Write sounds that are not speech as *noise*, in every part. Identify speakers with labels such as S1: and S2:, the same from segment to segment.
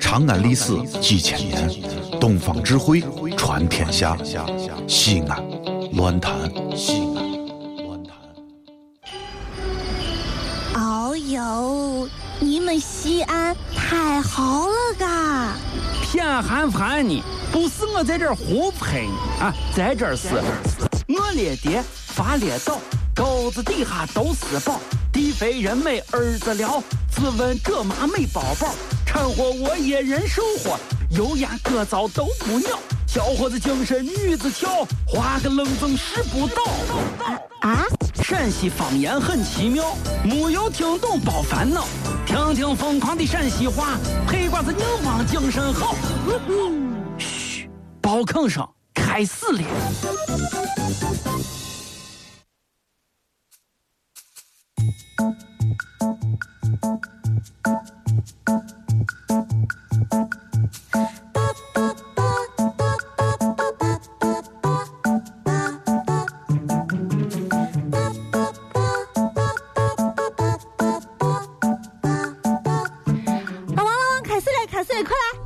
S1: 长安历史几千年，东方智慧传天下。西安，乱谈西安，乱谈。
S2: 哦呦，你们西安太好了嘎！
S3: 偏寒寒你，不是我在这儿胡喷你啊，在这儿是我列爹发列倒，沟子底下都是宝，地肥人美儿子了，自问这妈没宝宝，掺和我也人生活，油盐各糟都不尿，小伙子精神女子俏，花个愣风拾不到。
S2: 啊，
S3: 陕西方言很奇妙，没有听懂别烦恼，听听疯狂的陕西话，黑瓜子硬邦精神好。嘘，包吭声开始了。
S2: 啊完了完了，开始了开始了，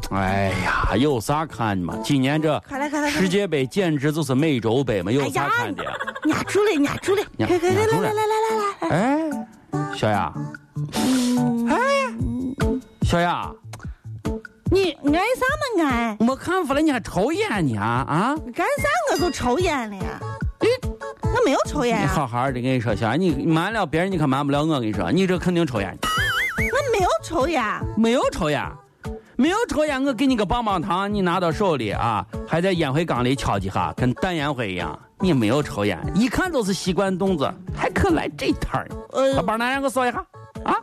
S2: 快来！
S3: 哎呀，有啥看的嘛？今年这
S2: 快来快来快来
S3: 世界杯简直就是美洲杯嘛，
S2: 哎
S3: 有啥
S2: 呀
S3: 看的？，
S2: 压住了压住了，
S3: 压
S2: 快快快来
S3: 压
S2: 来
S3: 住
S2: 来
S3: 了
S2: 来来来来，
S3: 哎，小雅，
S2: 嗯
S3: 哎，小雅，
S2: 你爱啥嘛爱？
S3: 没看出来你还抽烟呢啊啊！
S2: 干啥我就抽烟了呀？我没有抽烟
S3: 你
S2: 啊，
S3: 好好的跟你说，小孩，你瞒了别人，你可瞒不了我。跟你说，你这肯定抽烟，
S2: 我没有抽烟。
S3: 没有抽烟，没有抽烟，我给你个棒棒糖，你拿到手里啊，还在烟灰缸里敲几下，跟弹烟灰一样。你没有抽烟，一看就是习惯动作，还肯来这摊儿。
S2: 呃
S3: 把，棒糖让我搜一下啊！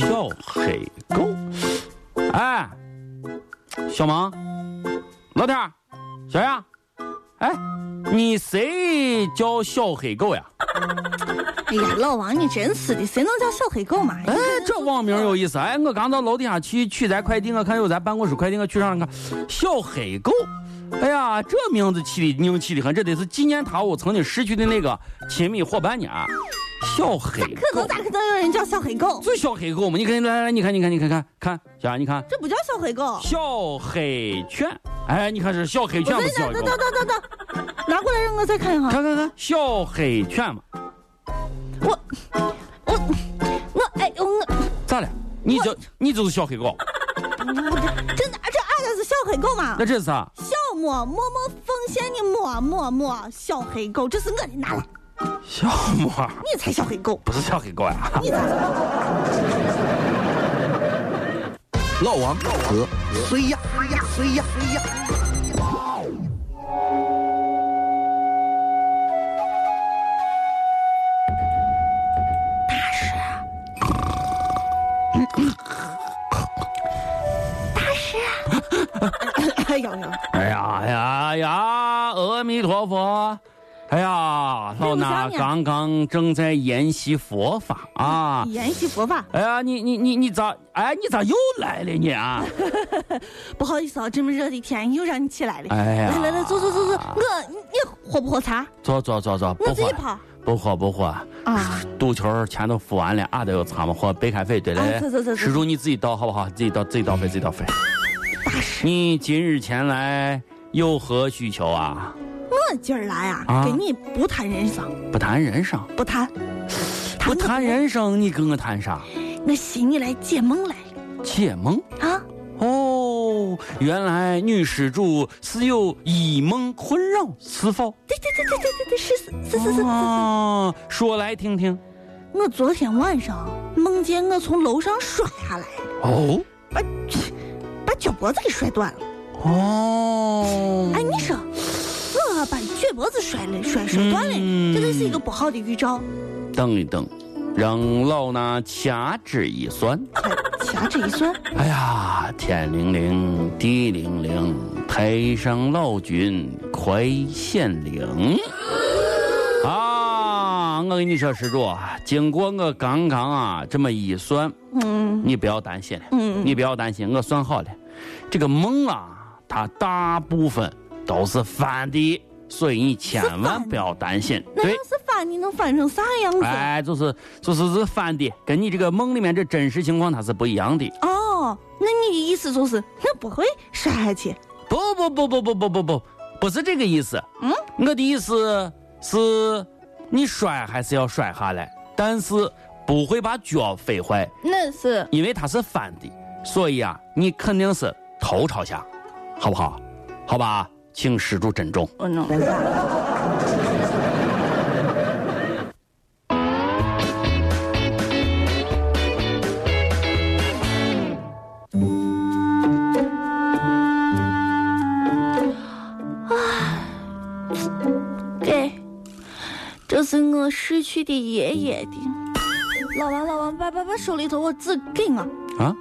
S3: 小黑狗，哎，小萌，老天儿，小杨，哎，你谁叫小黑狗呀？
S2: 哎呀，老王你真是的，谁能叫小黑狗嘛？
S3: 哎，这网名有意思。哎，我刚到楼底下去取咱快递，我看有咱办公室快递，我去上看，小黑狗。哎呀，这名字起的牛气的很，这得是纪念他我曾经失去的那个亲密伙伴呢。啊小黑
S2: 可能
S3: 狗，
S2: 咋可能有人叫小黑狗？
S3: 就小黑狗嘛？你看，来来来，你看，你看，你看看看，小杨，你看
S2: 这不叫小黑狗。
S3: 小黑犬。哎，你看是小黑犬
S2: 等
S3: 不
S2: 一
S3: 是小
S2: 下，
S3: 黑
S2: 等
S3: 狗
S2: 等？等等等，拿过来让我再看一下。
S3: 看看看，小黑犬嘛，
S2: 我我我哎我
S3: 咋了？你就
S2: 我
S3: 你就是小黑狗，
S2: 我这哪这按的是小黑狗嘛
S3: 那？这是啥？
S2: 小莫默默奉献你默默默小黑狗，这是我的拿来，
S3: 小猫儿
S2: 你才小黑狗，
S3: 不是小黑狗呀、
S2: 你才。
S4: 老王哥，谁呀？谁呀？谁呀？
S2: 哎呦呦，
S3: 哎呀哎呀哎呀！阿弥陀佛！哎呀，老衲刚刚正在研习佛法啊！
S2: 沿袭佛法，
S3: 哎呀，你你你你咋？哎，你咋又来了你啊？
S2: 不好意思啊，这么热的天又让你起来了。
S3: 哎呀
S2: *laughs* 来来来，坐坐坐坐，我你你喝不喝茶？
S3: 坐坐坐坐，
S2: 我
S3: 不
S2: 自己
S3: 喝
S2: 泡
S3: 不喝不喝，
S2: 啊。
S3: 赌球钱都付完了，俺都有咱们喝白开水对
S2: 哎走走走走
S3: 嘞。施主你自己倒好不好？自己倒自己倒费自己倒费。你今日前来有何需求啊？
S2: 我今儿来啊，
S3: 啊
S2: 跟你不谈人生，
S3: 不谈人生，
S2: 不谈，
S3: 不谈人生，你跟我谈啥？
S2: 我寻你来解梦来了
S3: 解梦。
S2: 啊！
S3: 哦，原来女施主是有以梦困扰，是否？
S2: 对对对对对对对，是是是是是。
S3: 啊，说来听听。
S2: 我昨天晚上梦见我从楼上摔下来，
S3: 哦
S2: 把把脚脖子给摔断了。
S3: 哦，
S2: 哎，你说，我把脚脖子摔了，摔摔断了，
S3: 嗯
S2: 这就是一个不好的预兆。
S3: 等一等，让老衲掐指一算。
S2: 哎掐指一算，
S3: 哎呀，天灵灵，地灵灵，太上老君快显灵！啊，我跟你说，施主啊，经过我刚刚啊这么一算，
S2: *laughs* 嗯
S3: 你不要担心了。
S2: 嗯，
S3: 你不要担心，我算好了，这个梦啊，它大部分都是反的，所以你千万不要担心。
S2: 那
S3: 对
S2: 要，是翻，你能翻成啥样子？
S3: 哎，就是就是是反的，跟你这个梦里面这真实情况它是不一样的。
S2: 哦，那你的意思就是我不会摔下去？
S3: 不不不不不不不不，不是这个意思。嗯，我的意思是，你摔还是要摔下来，但是不会把脚飞坏，
S2: 那是
S3: 因为它是翻的，所以啊，你肯定是头朝下，好不好？好吧，请施主珍重。
S2: 我弄。啊给，这是我失去的爷爷的。老王，老王，把把把手里头我纸给我，
S3: 啊，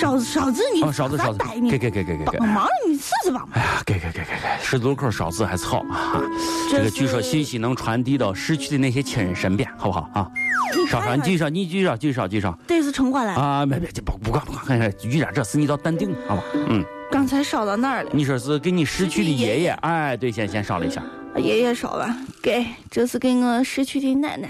S2: 勺子，勺子，你
S3: 哦，勺子，
S2: 咋
S3: 勺子
S2: 呆，呢
S3: 给给给给给给
S2: 帮。忙，你试试吧。
S3: 哎呀，给给给给给，十字路口勺子还是好啊！这
S2: 嗯
S3: 个
S2: 是
S3: 据说信息能传递到逝去的那些亲人身边，好不好啊？
S2: 你
S3: 少少，
S2: 看
S3: 你
S2: 看
S3: 继，续少，你继续少，继续少，继续少
S2: 这是城管来，
S3: 啊！别别，这不不管不管，哎遇点这事你倒淡定，好吧？嗯，
S2: 刚才烧到那儿了？
S3: 你说是给你逝去的爷爷，哎，对，先先烧了一下，
S2: 爷爷烧吧，给，这是给我逝去的奶奶。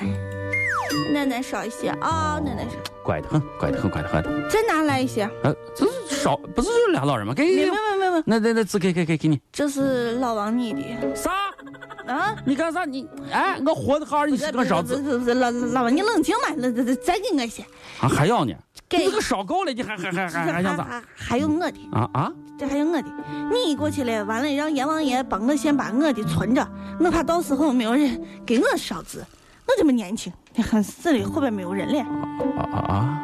S2: 奶奶烧一些啊、奶奶烧，
S3: 乖的很，乖的很，乖的很。
S2: 再拿来一些。
S3: 呃，这是烧，不是就俩老人吗？给
S2: 没
S3: 给
S2: 没
S3: 给，
S2: 没没没，
S3: 那那那纸给给给给你
S2: 这是老王你的
S3: 啥？
S2: 啊？
S3: 你干啥？你哎，我活的好好的，你是
S2: 不
S3: 个
S2: 是
S3: 勺
S2: 不
S3: 子
S2: 是不是，老老王你冷静吧，冷再再给我一些。
S3: 啊？还要呢？
S2: 给
S3: 你个烧够了，你还还还还还
S2: *laughs*
S3: 想咋？
S2: 还还有我的，
S3: 啊啊！
S2: 这还有我的。你过去了，完了让阎王爷帮我先把我的存着，我怕到时候没有人给我烧纸。我这么年轻，你看死了后边没有人了。
S3: 啊啊啊！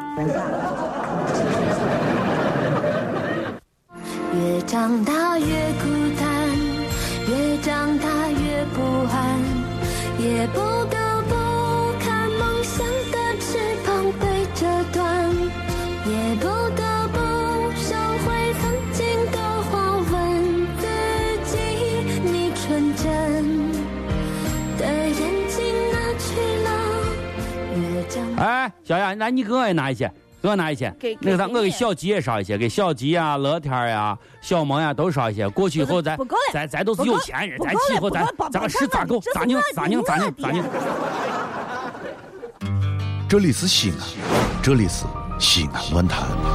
S5: 越长大越孤单，越长大越不安，也不得不看梦想的翅膀被折断，也不得不收回曾经的话，问自己你纯真的眼睛哪去了？越长大。
S3: 哎，小雅，来，你给我也拿一些，给我拿一些。
S2: 给
S3: 那个啥，
S2: 给
S3: 我给
S2: 你
S3: 小吉也烧一些，给小吉呀、乐天呀、小萌呀都烧一些。过去以后咱
S2: 不够了
S3: 咱咱都是有钱人，
S2: 不够
S3: 咱
S2: 了
S3: 去以后咱
S2: 不够了不
S3: 咱把
S2: 够
S3: 事咋够
S2: 这是
S3: 咋拧
S2: 我的
S3: 咋拧咋
S2: 我
S3: 拧
S2: 的
S3: 咋拧。
S1: 这里是西安，这里是西安论坛。